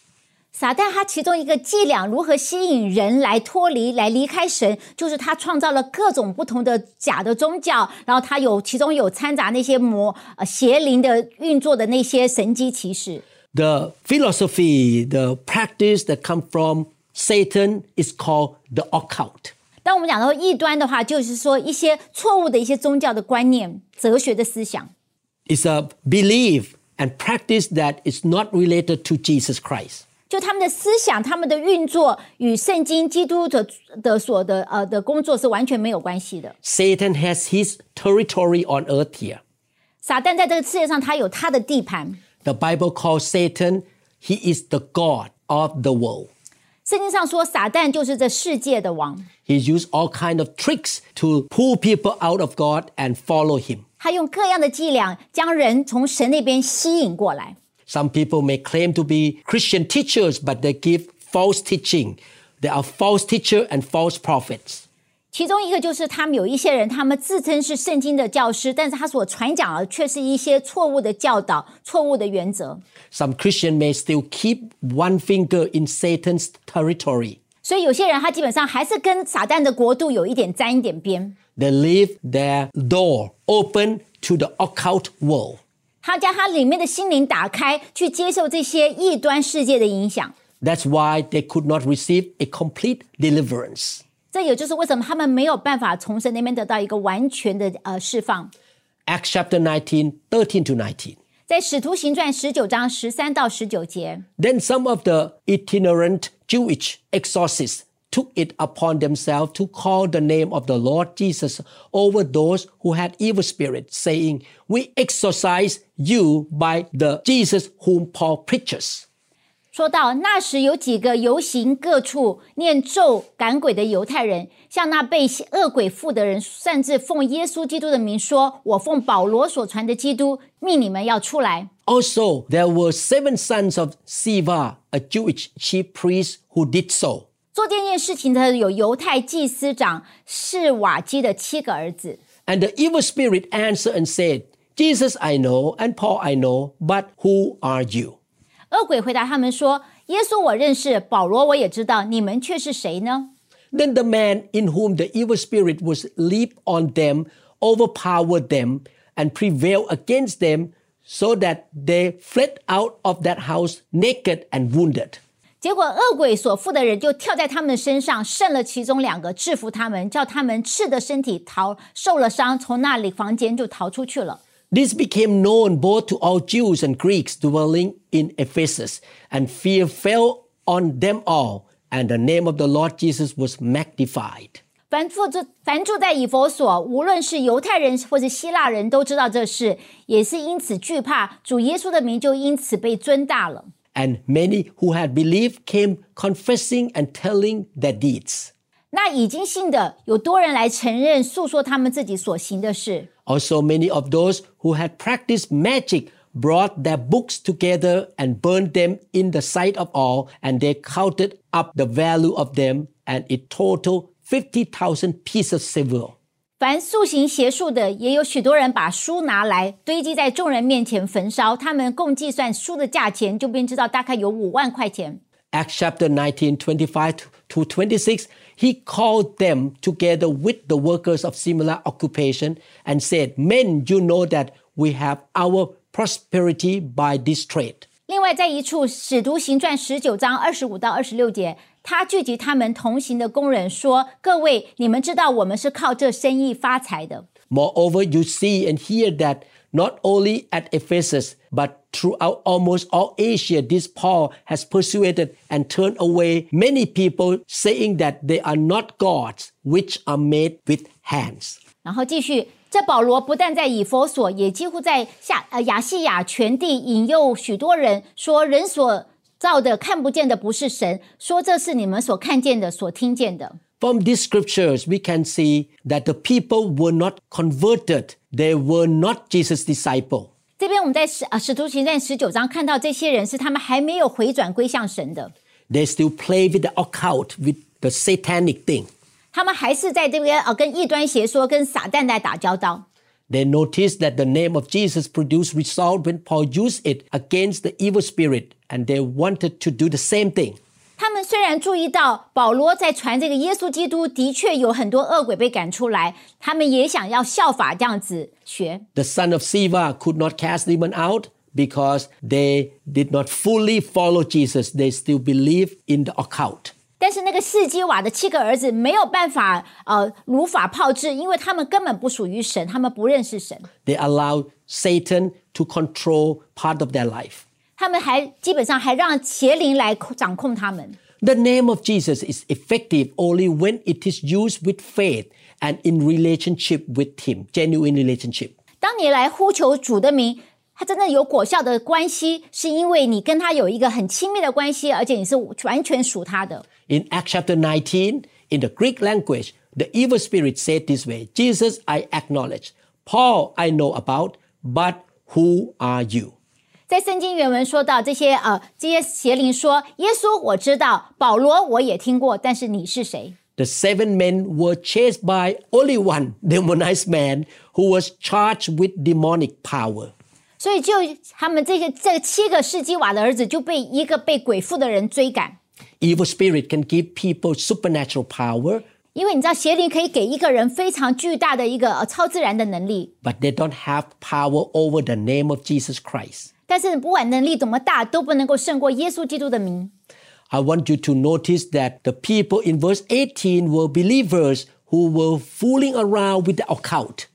Speaker 3: 撒旦他其中一个伎俩，如何吸引人来脱离、来离开神，就是他创造了各种不同的假的宗教，然后他有其中有掺杂那些魔呃邪灵的运作的那些神机骑士。
Speaker 2: The philosophy, the practice that come from Satan is called the occult.
Speaker 3: 当我们讲到异端的话，就是说一些错误的一些宗教的观念、哲学的思想，
Speaker 2: It's a belief and practice that is not related to Jesus Christ.
Speaker 3: 就他们的思想、他们的运作与圣经基督的的所的呃的工作是完全没有关系的。
Speaker 2: Satan has his territory on earth here.
Speaker 3: 撒旦在这个世界上，他有他的地盘。
Speaker 2: The Bible calls Satan, he is the God of the world.
Speaker 3: 圣经上说，撒旦就是这世界的王，
Speaker 2: He used all kind of tricks to pull people out of God and follow him.
Speaker 3: 他用各样的伎俩将人从神那边吸引过来。
Speaker 2: Some people may claim to be Christian teachers, but they give false teaching. They are false teacher and false prophets.
Speaker 3: 其中一个就是他们有一些人，他们自称是圣经的教师，但是他所传讲的却是一些错误的教导、错误的原则。
Speaker 2: Some Christian may still keep one finger in Satan's territory.
Speaker 3: 所以有些人他基本上还是跟撒旦的国度有一点沾一点边，
Speaker 2: They leave their door open to the occult world.
Speaker 3: 他将他里面的心灵打开，去接受这些异端世界的影响。
Speaker 2: That's why they could not receive a complete deliverance.
Speaker 3: 这也就是为什么他们没有办法从神那边得到一个完全的呃释放。
Speaker 2: Acts chapter 19, 13 to 19.
Speaker 3: 在《使徒行传》十九章十三到十九节，
Speaker 2: Then some of the itinerant Jewish exorcists took it upon themselves to call the name of the Lord Jesus over those who had evil spirits, saying, We exorcise you by the Jesus whom Paul preaches.
Speaker 3: 说到那时有几个游行各处念咒赶鬼的犹太人，向那被恶鬼附的人，擅自奉耶稣基督的名说：“我奉保罗所传的基督，命你们要出来。”
Speaker 2: Also, there were seven sons of Siva, a Jewish chief priest, who did so.
Speaker 3: 做这件事情的有犹太祭司长是瓦基的七个儿子。
Speaker 2: And the evil spirit answered and said, Jesus I know, and Paul I know, but who are you?
Speaker 3: 恶鬼回答他们说：“耶稣我认识，保罗我也知道，你们却是谁呢
Speaker 2: Then the man in whom the evil spirit was leaped on them, overpowered them, and prevailed against them, so that they fled out of that house naked and wounded.？”
Speaker 3: 结果恶鬼所附的人就跳在他们的身上，胜了其中两个，制服他们，叫他们赤着身体逃，受了伤，从那里房间就逃出去了。
Speaker 2: This became known both to all Jews and Greeks dwelling in Ephesus, and fear fell on them all, and the name of the Lord Jesus was magnified.
Speaker 3: 凡住这凡住在以佛所，无论是犹太人或是希腊人都知道这事，也是因此惧怕主耶稣的名，就因此被尊大了。
Speaker 2: And many who had believed came confessing and telling their deeds.
Speaker 3: 那已经信的有多人来承认诉说他们自己所行的事，
Speaker 2: Also, many of those who had practiced magic brought their books together and burned them in the sight of all, and they counted up the value of them, and it totaled 50,000 pieces of silver.
Speaker 3: 凡素行邪术的，也有许多人把书拿来堆积在众人面前焚烧。他们共计算书的价钱，就便知道大概有五万块钱。
Speaker 2: Acts chapter 19, 25 to 26, he called them together with the workers of similar occupation and said, Men, you know that we have our prosperity by this trade.
Speaker 3: 另外，在一处《使徒行传》十九章二十五到二十六节，他聚集他们同行的工人说：“各位，你们知道我们是靠这生意发财的。”
Speaker 2: Moreover, you see and hear that not only at Ephesus, but throughout almost all Asia, this Paul has persuaded and turned away many people, saying that they are not gods, which are made with hands.
Speaker 3: 然后继续，这保罗不但在以佛所，也几乎在下呃亚细亚全地引诱许多人，说人所造的看不见的不是神，说这是你们所看见的、所听见的。
Speaker 2: From these scriptures, we can see that the people were not converted. They were not Jesus' disciple.
Speaker 3: 这边我们在使呃使徒行传十九章看到，这些人是他们还没有回转归向神的，
Speaker 2: They still play with the occult, with the satanic thing.
Speaker 3: 他们还是在这边呃跟异端邪说、跟撒旦在打交道。
Speaker 2: They noticed that the name of Jesus produced result when Paul used it against the evil spirit, and they wanted to do the same thing.
Speaker 3: 他们虽然注意到保罗在传这个耶稣基督，的确有很多恶鬼被赶出来，他们也想要效法这样子学。
Speaker 2: The son of Siva could not cast demon out because they did not fully follow Jesus. They still believe in the occult.
Speaker 3: 但是那个四基瓦的七个儿子没有办法，呃，如法炮制，因为他们根本不属于神，他们不认识神，
Speaker 2: They allowed Satan to control part of their life.
Speaker 3: 他们还基本上还让邪灵来控掌控他们。
Speaker 2: The name of Jesus is effective only when it is used with faith and in relationship with Him, genuine relationship.
Speaker 3: 当你来呼求主的名，他真的有果效的关系，是因为你跟他有一个很亲密的关系，而且你是完全属他的。
Speaker 2: In Acts chapter 19, in the Greek language, the evil spirit said this way Jesus, I acknowledge. Paul, I know about, but who are you?
Speaker 3: 在圣经原文说到这些呃，这些邪灵说：“耶稣我知道，保罗我也听过，但是你是谁
Speaker 2: The seven men were chased by only one demonized man who was charged with demonic power.？”
Speaker 3: 所以就他们这些这七个世基瓦的儿子就被一个被鬼附的人追赶，
Speaker 2: Evil spirit can give people supernatural power,
Speaker 3: 因为你知道邪灵可以给一个人非常巨大的一个呃超自然的能力，
Speaker 2: but they don't have power over the name of Jesus Christ.
Speaker 3: 但是不管能力怎么大，都不能够胜过耶稣基督的名。
Speaker 2: I want you to notice that the people in verse 18 were believers who were fooling around with the occult.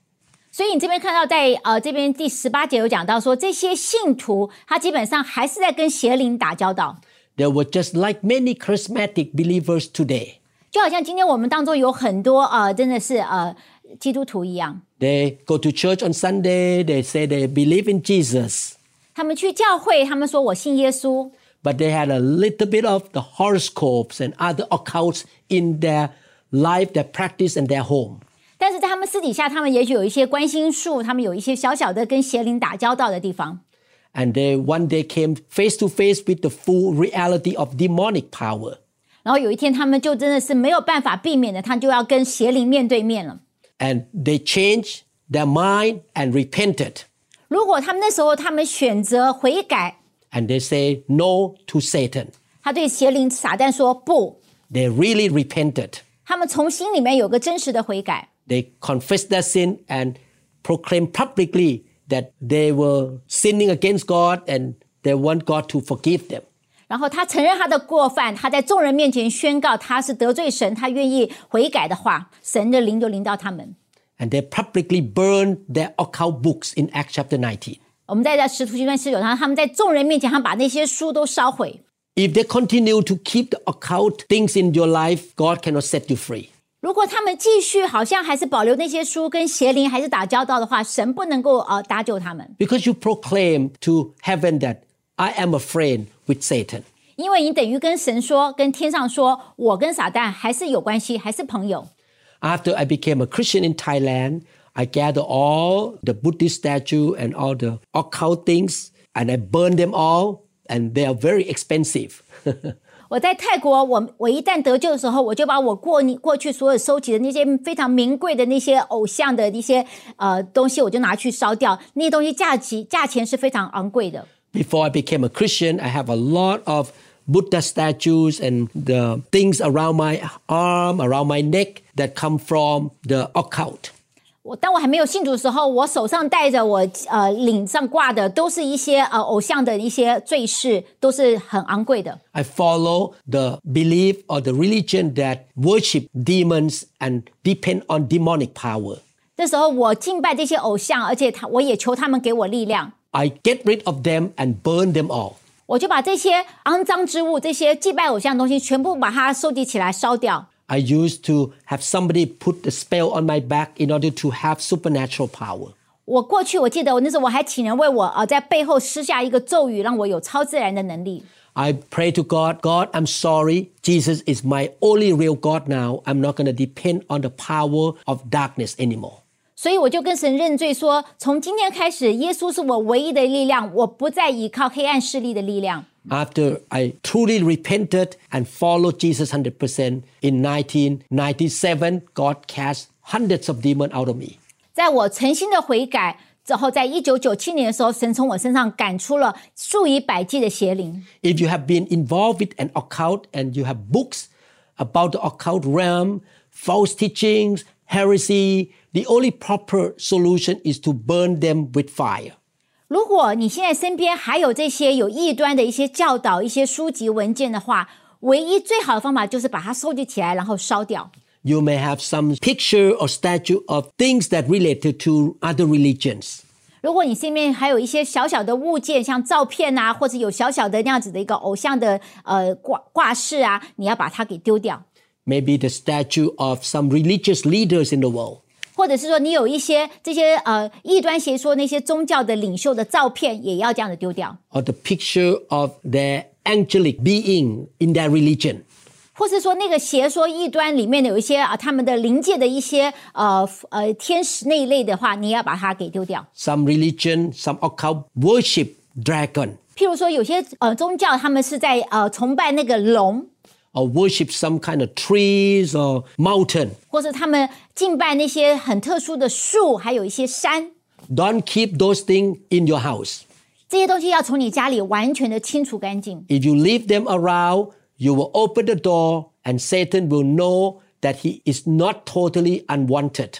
Speaker 3: 所以你这边看到在，呃这边第十八节有讲到说，这些信徒他基本上还是在跟邪灵打交道，
Speaker 2: They were just like many charismatic believers today.
Speaker 3: 就好像今天我们当中有很多呃真的是呃基督徒一样，
Speaker 2: They go to church on Sunday, they say they believe in Jesus,
Speaker 3: 他们去教会，他们说我信耶稣，
Speaker 2: but they had a little bit of the horoscopes and other occults in their life, their practice, and their home.
Speaker 3: 但是在他们私底下，他们也许有一些关心术，他们有一些小小的跟邪灵打交道的地方。
Speaker 2: And they one day came face to face with the full reality of demonic power.
Speaker 3: 然后有一天，他们就真的是没有办法避免的，他就要跟邪灵面对面了。
Speaker 2: And they changed their mind and repented.
Speaker 3: 如果他们那时候他们选择悔改，
Speaker 2: And they say no to Satan.
Speaker 3: 他对邪灵撒旦说不，
Speaker 2: They really repented.
Speaker 3: 他们从心里面有个真实的悔改，
Speaker 2: they confessed their sin and proclaimed publicly that they were sinning against God and they want God to forgive them.
Speaker 3: 然后他承认他的过犯，他在众人面前宣告他是得罪神，他愿意悔改的话，神的灵就临到他们。
Speaker 2: And they publicly burned their occult books in Acts chapter 19.
Speaker 3: 我们在在使徒行传十九章，他们在众人面前，他把那些书都烧毁。
Speaker 2: If they continue to keep the occult things in your life, God cannot set you free.
Speaker 3: 如果他们继续好像还是保留那些书，跟邪灵还是打交道的话，神不能够呃搭救他们，
Speaker 2: Because you proclaim to heaven that I am a friend with Satan.
Speaker 3: 因为你等于跟神说，跟天上说，我跟撒旦还是有关系，还是朋友。
Speaker 2: After I became a Christian in Thailand, I gathered all the Buddhist statue and all the occult things and I burned them all and they are very expensive.
Speaker 3: 我在泰国，我我一旦得救的时候，我就把我过你过去所有收集的那些非常名贵的那些偶像的那些呃东西，我就拿去烧掉。那些东西价值价钱是非常昂贵的。
Speaker 2: Before I became a Christian, I have a lot of Buddha statues and the things around my arm, around my neck that come from the occult.
Speaker 3: 我当我还没有信主的时候，我手上戴着我呃领上挂的都是一些呃偶像的一些坠饰，都是很昂贵的。
Speaker 2: I follow the belief or the religion that worship demons and depend on demonic power.
Speaker 3: 这时候我敬拜这些偶像，而且他我也求他们给我力量，
Speaker 2: I get rid of them and burn them all.
Speaker 3: 我就把这些肮脏之物、这些祭拜偶像的东西全部把它收集起来烧掉。
Speaker 2: I used to have somebody put a spell on my back in order to have supernatural power.
Speaker 3: 我过去我记得我那时候我还请人为我呃在背后施下一个咒语，让我有超自然的能力。
Speaker 2: I pray to God, God, I'm sorry. Jesus is my only real God now. I'm not going to depend on the power of darkness anymore.
Speaker 3: 所以我就跟神认罪说，从今天开始，耶稣是我唯一的力量，我不再依靠黑暗势力的力量。
Speaker 2: After I truly repented and followed Jesus 100%, in 1997, God cast hundreds of demons out of me.
Speaker 3: 在我诚心的悔改之后，在一九九七年的时候，神从我身上赶出了数以百计的邪灵。
Speaker 2: If you have been involved with an occult and you have books about the occult realm, false teachings, heresy, the only proper solution is to burn them with fire.
Speaker 3: 如果你现在身边还有这些有异端的一些教导、一些书籍文件的话，唯一最好的方法就是把它收集起来，然后烧掉。
Speaker 2: You may have some picture or statue of things that related to other religions.
Speaker 3: 如果你身边还有一些小小的物件，像照片啊，或者有小小的那样子的一个偶像的呃挂挂饰啊，你要把它给丢掉。
Speaker 2: Maybe the statue of some religious leaders in the world.
Speaker 3: 或者是说你有一些这些呃异端邪说那些宗教的领袖的照片，也要这样的丢掉，
Speaker 2: or the picture of their angelic being in their religion.
Speaker 3: 或是说那个邪说异端里面的有一些啊、他们的灵界的一些呃呃天使那一类的话，你也要把它给丢掉。
Speaker 2: Some religion, some occult worship dragon
Speaker 3: 譬如说有些呃宗教他们是在呃崇拜那个龙，
Speaker 2: or worship some kind of trees or mountain.
Speaker 3: 或是他们敬拜那些很特殊的树，还有一些山，
Speaker 2: Don't keep those things in your house.
Speaker 3: 这些东西要从你家里完全的清除干净。
Speaker 2: If you leave them around, you will open the door and Satan will know that he is not totally unwanted.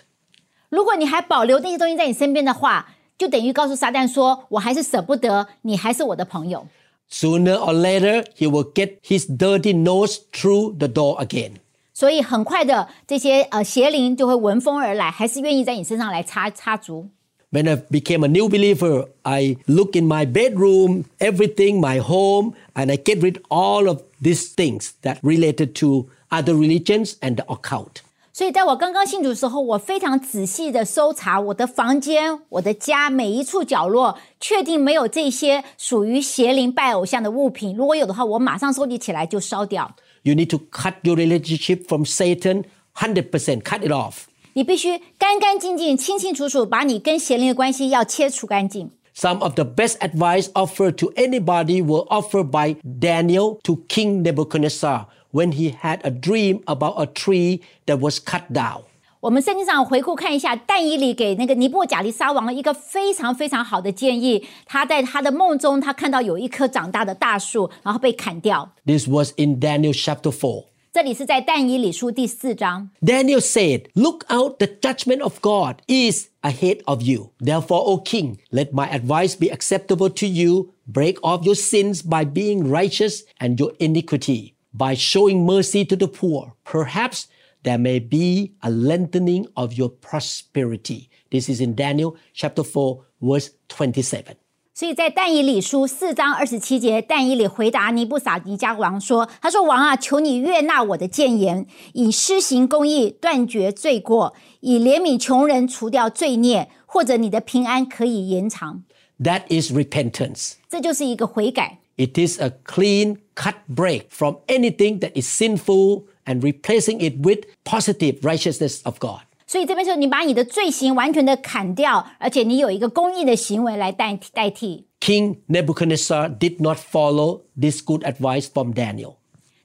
Speaker 3: 如果你还保留那些东西在你身边的话，就等于告诉撒旦说：“我还是舍不得，你还是我的朋友。
Speaker 2: Sooner or later, he will get his dirty nose through the door again. ”
Speaker 3: 所以很快的，这些呃邪灵就会闻风而来，还是愿意在你身上来插插足。
Speaker 2: When I became a new believer, I look in my bedroom, everything, my home, and I get rid all of these things that related to other religions and the occult.
Speaker 3: 所以，在我刚刚信主的时候，我非常仔细的搜查我的房间、我的家每一处角落，确定没有这些属于邪灵拜偶像的物品。如果有的话，我马上收集起来就烧掉。
Speaker 2: You need to cut your relationship from Satan 100%, cut it off.
Speaker 3: 你必须干干净净、清清楚楚，把你跟邪灵的关系要切除干净。
Speaker 2: Some of the best advice offered to anybody were offered by Daniel to King Nebuchadnezzar when he had a dream about a tree that was cut down.
Speaker 3: 我们圣经上回顾看一下，但以理给那个尼布甲利沙王一个非常非常好的建议。他在他的梦中，他看到有一棵长大的大树，然后被砍掉。
Speaker 2: This was in Daniel chapter 4.
Speaker 3: 这里是在但以理书第四章。
Speaker 2: Daniel said, Look out, the judgment of God is ahead of you. Therefore, O king, let my advice be acceptable to you. Break off your sins by being righteous and your iniquity, by showing mercy to the poor. Perhaps there may be a lengthening of your prosperity. This is in Daniel chapter 4, verse 27.
Speaker 3: 所以在但以理书四章二十七节，但以理回答尼布撒尼加王说：“他说王啊，求你悦纳我的谏言，以施行公义，断绝罪过，以怜悯穷人，除掉罪孽，或者你的平安可以延长。
Speaker 2: That is repentance. ”
Speaker 3: 这就是一个悔改。
Speaker 2: It is a clean cut break from anything that is sinful and replacing it with positive righteousness of God.
Speaker 3: 所以这边说，你把你的罪行完全的砍掉，而且你有一个公义的行为来代替代替。
Speaker 2: King Nebuchadnezzar did not follow this good advice from Daniel.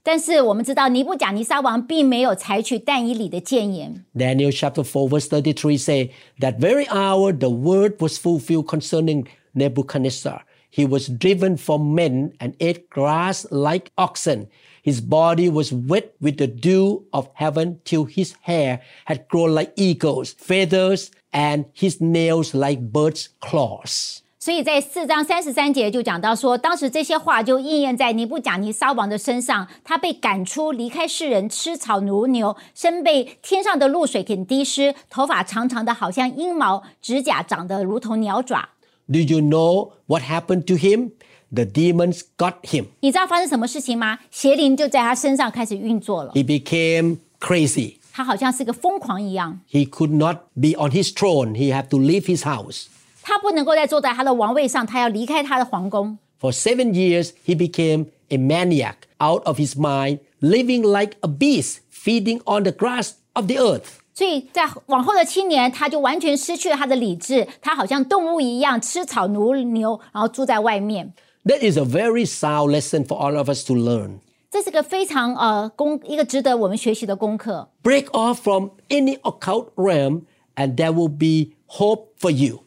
Speaker 3: 但是我们知道，尼布甲尼撒王并没有采取但以理的谏言，
Speaker 2: Daniel chapter 4 verse 33 say that very hour the word was fulfilled concerning Nebuchadnezzar. He was driven from men and ate grass like oxen. His body was wet with the dew of heaven till his hair had grown like eagles' feathers and his nails like birds' claws.
Speaker 3: 所以在四章三十三节就讲到说，当时这些话就应验在尼布甲尼撒王的身上，他被赶出，离开世人，吃草如牛，身被天上的露水给滴湿，头发长长的，好像阴毛，指甲长得如同鸟爪。
Speaker 2: Do you know what happened to him? The demons got him.
Speaker 3: 你知道发生什么事情吗？邪灵就在他身上开始运作了，
Speaker 2: He became crazy.
Speaker 3: 他好像是个疯狂一样，
Speaker 2: He could not be on his throne. He had to leave his house.
Speaker 3: 他不能够再坐在他的王位上，他要离开他的皇宫。
Speaker 2: For seven years, he became a maniac, out of his mind, living like a beast, feeding on the grass of the earth.
Speaker 3: 所以在往后的七年，他就完全失去了他的理智，他好像动物一样吃草如牛，然后住在外面。
Speaker 2: That is a very sound lesson for all of us to learn.
Speaker 3: 这是个非常呃功一个值得我们学习的功课。
Speaker 2: Break off from any occult realm, and there will be hope for you.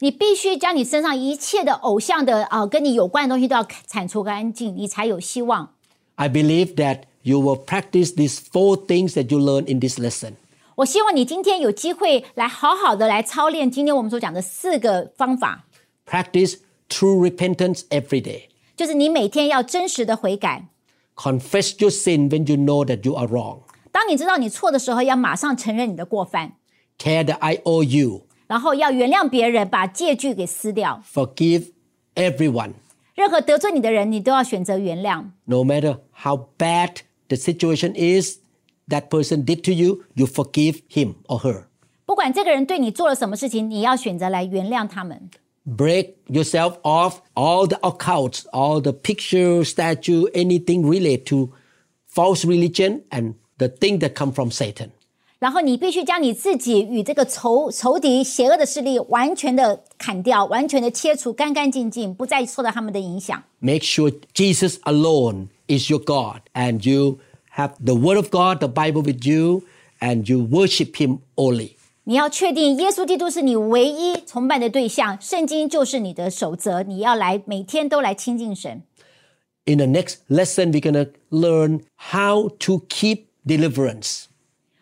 Speaker 3: 你必须将你身上一切的偶像的啊、呃跟你有关的东西都要铲除干净，你才有希望。
Speaker 2: I believe that you will practice these four things that you learn in this lesson.
Speaker 3: 我希望你今天有机会来好好的来操练今天我们所讲的四个方法，
Speaker 2: Practice true repentance every day.
Speaker 3: 就是你每天要真实的悔改。
Speaker 2: Confess your sin when you know that you are wrong.
Speaker 3: 当你知道你错的时候，要马上承认你的过犯，
Speaker 2: Tear the IOU.
Speaker 3: 然后要原谅别人，把借据给撕掉。
Speaker 2: Forgive everyone,
Speaker 3: 任何得罪你的人，你都要选择原谅。
Speaker 2: no matter how bad the situation is that person did to you, you forgive him or her.
Speaker 3: 不管这个人对你做了什么事情，你要选择来原谅他们。
Speaker 2: Break yourself off all the accounts, all the picture, statue, anything related to false religion and the thing that come from Satan.
Speaker 3: 然后你必须将你自己与这个仇仇敌、邪恶的势力完全的砍掉，完全的切除，干干净净，不再受到他们的影响。
Speaker 2: Make sure Jesus alone is your God and you have the Word of God, the Bible with you, and you worship Him only.
Speaker 3: 你要确定耶稣基督是你唯一崇拜的对象，圣经就是你的守则，你要来每天都来亲近神。
Speaker 2: In the next lesson, we're going to learn how to keep deliverance.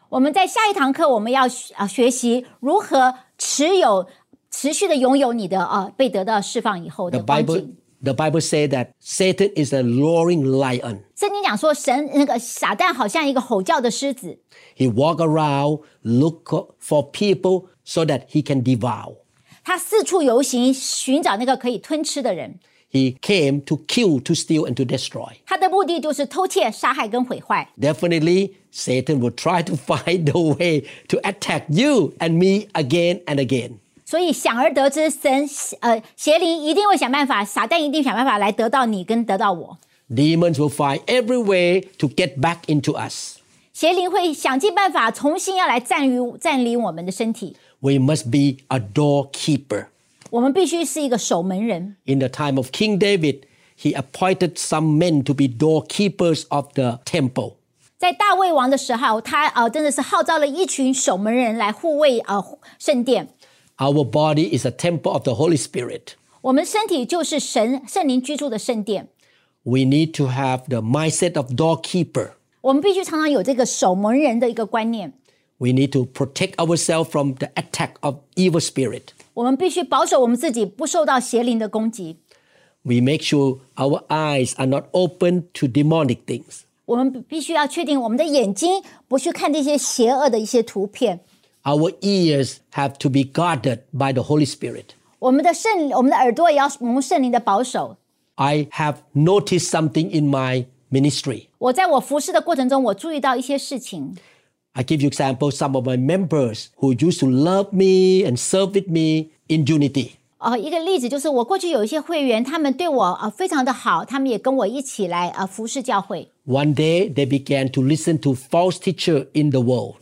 Speaker 3: 我们在下一堂课，我们要学啊学习如何持有、持续的拥有你的啊被得到释放以后
Speaker 2: The
Speaker 3: 的光
Speaker 2: Bible,
Speaker 3: 景。
Speaker 2: the Bible says that Satan is a roaring lion.
Speaker 3: 圣经讲说神，那个撒旦好像一个吼叫的狮子，
Speaker 2: He walk around, look for people so that he can devour.
Speaker 3: 他四处游行，寻找那个可以吞吃的人。
Speaker 2: He came to kill, to steal, and to destroy.
Speaker 3: 他的目的就是偷窃、杀害跟毁坏。
Speaker 2: Definitely, Satan will try to find a way to attack you and me again and again.
Speaker 3: 所以想而得知，神呃邪灵一定会想办法，撒旦一定想办法来得到你跟得到我。
Speaker 2: Demons will find every way to get back into us.
Speaker 3: 邪灵会想尽办法，重新要来占于占领我们的身体。
Speaker 2: We must be a doorkeeper.
Speaker 3: 我们必须是一个守门人。
Speaker 2: In the time of King David, he appointed some men to be doorkeepers of the temple.
Speaker 3: 在大卫王的时候，他呃真的是号召了一群守门人来护卫呃圣殿。
Speaker 2: Our body is a temple of the Holy Spirit.
Speaker 3: 我们身体就是神圣灵居住的圣殿，
Speaker 2: We need to have the mindset of doorkeeper.
Speaker 3: 我们必须常常有这个守门人的一个观念。
Speaker 2: We need to protect ourselves from the attack of evil spirit.
Speaker 3: 我们必须保守我们自己不受到邪灵的攻击。
Speaker 2: We make sure our eyes are not open to demonic things.
Speaker 3: 我们必须要确定我们的眼睛不去看这些邪恶的一些图片，
Speaker 2: Our ears have to be guarded by the Holy Spirit.
Speaker 3: 我们的圣我们的耳朵也要蒙圣灵的保守。
Speaker 2: I have noticed something in my ministry.
Speaker 3: 我在我服侍的过程中，我注意到一些事情。
Speaker 2: I give you example some of my members who used to love me and serve with me in unity.
Speaker 3: 呃，一个例子就是我过去有一些会员，他们对我呃非常的好，他们也跟我一起来呃服侍教会。
Speaker 2: One day they began to listen to false teacher in the world.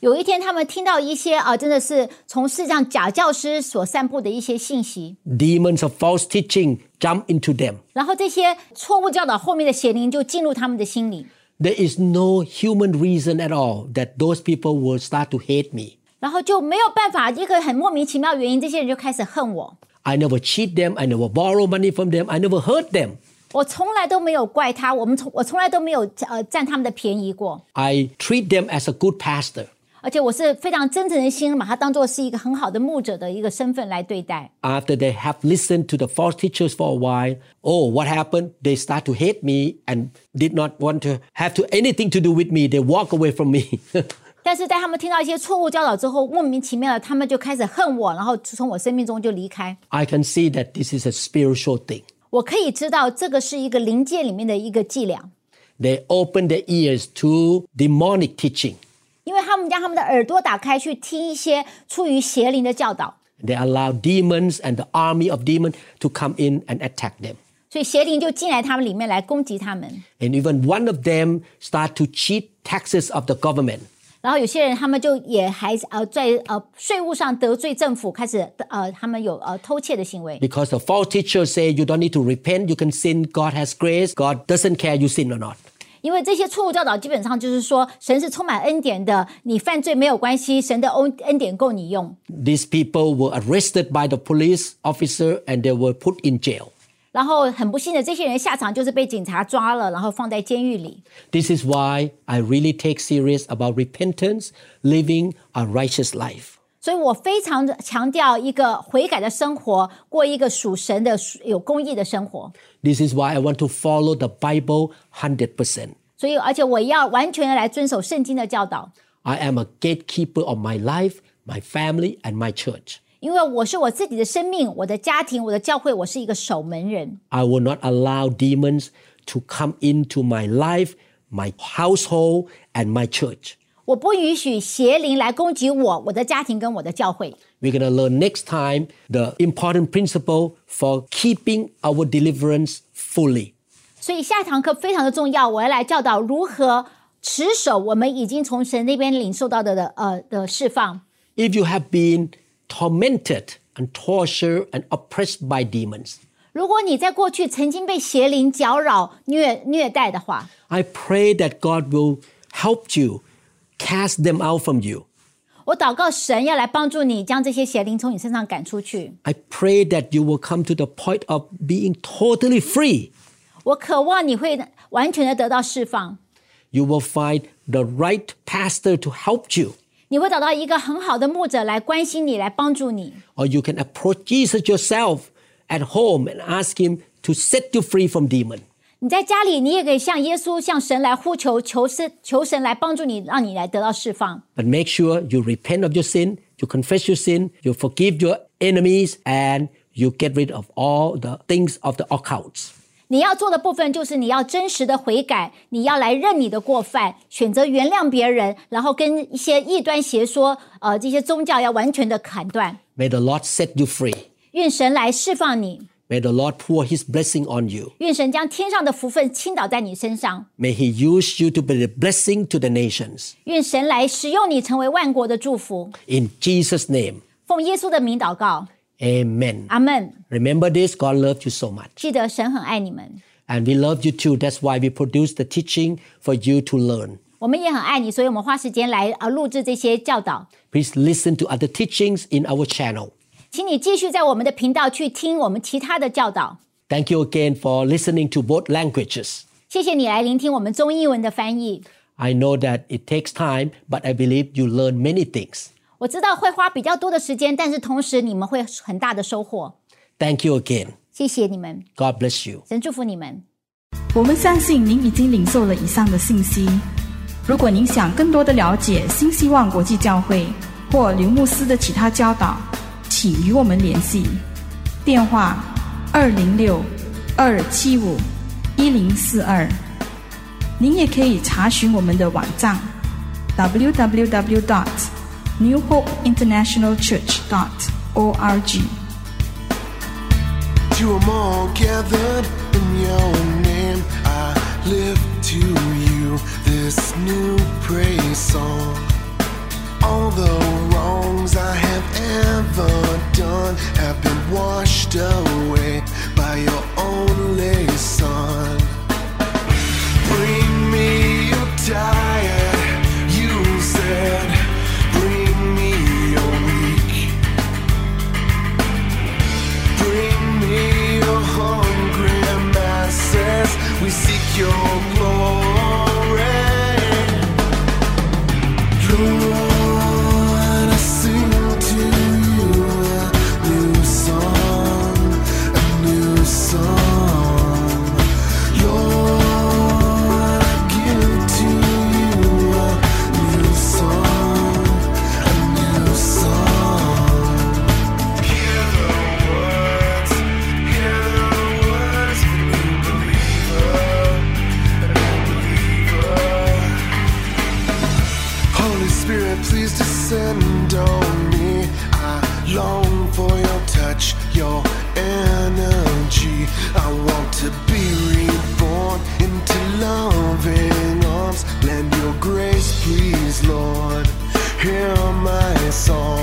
Speaker 3: 有一天，他们听到一些啊、呃真的是从世上假教师所散布的一些信息，
Speaker 2: demons of false teaching jump into them.
Speaker 3: 然后这些错误教导后面的邪灵就进入他们的心里，
Speaker 2: There is no human reason at all that those people will start to hate me.
Speaker 3: 然后就没有办法，一个很莫名其妙的原因，这些人就开始恨我。
Speaker 2: I never cheat them. I never borrow money from them. I never hurt them.
Speaker 3: 我从来都没有怪他，我们从我从来都没有呃占他们的便宜过，
Speaker 2: I treat them as a good pastor.
Speaker 3: 而且我是非常真诚的心，把他当做是一个很好的牧者的一个身份来对待。
Speaker 2: After they have listened to the false teachers for a while, oh, what happened? They start to hate me and did not want to have to anything to do with me. They walk away from me.
Speaker 3: 但是在他们听到一些错误教导之后，莫名其妙的他们就开始恨我，然后从我生命中就离开。
Speaker 2: I can see that this is a spiritual thing.
Speaker 3: 我可以知道这个是一个灵界里面的一个伎俩，
Speaker 2: They open their ears to demonic teaching.
Speaker 3: 因为他们将他们的耳朵打开去听一些出于邪灵的教导，
Speaker 2: They allow demons and the army of demons to come in and attack them.
Speaker 3: 所以邪灵就进来他们里面来攻击他们。
Speaker 2: And even one of them start to cheat taxes of the government.
Speaker 3: 然后有些人他们就也还呃在呃税务上得罪政府，开始呃他们有呃偷窃的行为，
Speaker 2: Because the false teachers say you don't need to repent, you can sin, God has grace, God doesn't care you sin or not.
Speaker 3: 因为这些错误教导基本上就是说，神是充满恩典的，你犯罪没有关系，神的恩恩典够你用。
Speaker 2: These people were arrested by the police officer and they were put in jail.
Speaker 3: 然后很不幸的，这些人下场就是被警察抓了，然后放在监狱里。
Speaker 2: This is why I really take serious about repentance, living a righteous life.
Speaker 3: 所以我非常地强调一个悔改的生活，过一个属神的、属有公义的生活。
Speaker 2: This is why I want to follow the Bible 100%.
Speaker 3: 所以，而且我要完全的来遵守圣经的教导，
Speaker 2: I am a gatekeeper of my life, my family, and my church.
Speaker 3: 因为我是我自己的生命、我的家庭、我的教会，我是一个守门人。
Speaker 2: I will not allow demons to come into my life, my household, and my church.
Speaker 3: 我不允许邪灵来攻击我、我的家庭跟我的教会。
Speaker 2: We're going to learn next time the important principle for keeping our deliverance fully.
Speaker 3: 所以下一堂课非常的重要，我要来教导如何持守我们已经从神那边领受到的的呃的释放。
Speaker 2: If you have been tormented and tortured and oppressed by demons,
Speaker 3: 如果你在过去曾经被邪灵搅扰、虐虐待的话，
Speaker 2: I pray that God will help you cast them out from you.
Speaker 3: 我祷告神要来帮助你，将这些邪灵从你身上赶出去。
Speaker 2: I pray that you will come to the point of being totally free.
Speaker 3: 我渴望你会完全的得到释放，
Speaker 2: You will find the right pastor to help you,
Speaker 3: 你会找到一个很好的牧者来关心你，来帮助你。
Speaker 2: or you can approach Jesus yourself at home and ask him to set you free from demon.
Speaker 3: 你在家里，你也可以向耶稣、向神来呼求，求神、求神来帮助你，让你来得到释放。
Speaker 2: But make sure you repent of your sin, you confess your sin, you forgive your enemies, and you get rid of all the things of the occults.
Speaker 3: 你要做的部分就是你要真实的悔改，你要来认你的过犯，选择原谅别人，然后跟一些异端邪说，呃，这些宗教要完全的砍断。
Speaker 2: May the Lord set you free.
Speaker 3: 愿神来释放你，
Speaker 2: May the Lord pour his blessing on you.
Speaker 3: 愿神将天上的福分倾倒在你身上，
Speaker 2: May he use you to be a blessing to the nations.
Speaker 3: 愿神来使用你成为万国的祝福。
Speaker 2: In Jesus' name,
Speaker 3: 奉耶稣的名祷告，
Speaker 2: amen.
Speaker 3: 阿门。
Speaker 2: Remember this God loves you so much.
Speaker 3: 记得神很爱你们，
Speaker 2: And we love you too. That's why we produce the teaching for you to learn.
Speaker 3: 我们也很爱你，所以我们花时间来呃录制这些教导。
Speaker 2: Please listen to other teachings in our channel.
Speaker 3: 请你继续在我们的频道去听我们其他的教导。
Speaker 2: Thank you again for listening to both languages.
Speaker 3: 谢谢你来聆听我们中英文的翻译。
Speaker 2: I know that it takes time, but I believe you learn many things.
Speaker 3: 我知道会花比较多的时间，但是同时你们会很大的收获。
Speaker 2: Thank you again.
Speaker 3: 谢谢你们，
Speaker 2: God bless you.
Speaker 3: 神祝福你们。
Speaker 4: 我们相信您已经领受了以上的信息。如果您想更多的了解新希望国际教会或刘牧师的其他教导，请与我们联系，电话二零六二七五一零四二。您也可以查询我们的网站 www.dot new hope international church dot org。
Speaker 5: To 'em all gathered in your name, I lift to you this new praise song. All the wrongs I have ever done have been washed away by your only son. Bring me your tired, you said. Bring me your weak. Bring me your hungry masses. We seek your glory. Lord, I sing to you a new song, a new song. Lord, I give to you a new song, a new song. Hear the words, hear the words of a new believer, a new believer. Holy Spirit, please descend on me. I long for your touch, your energy. I want to be reborn into loving arms. Lend your grace, please, Lord. Hear my song.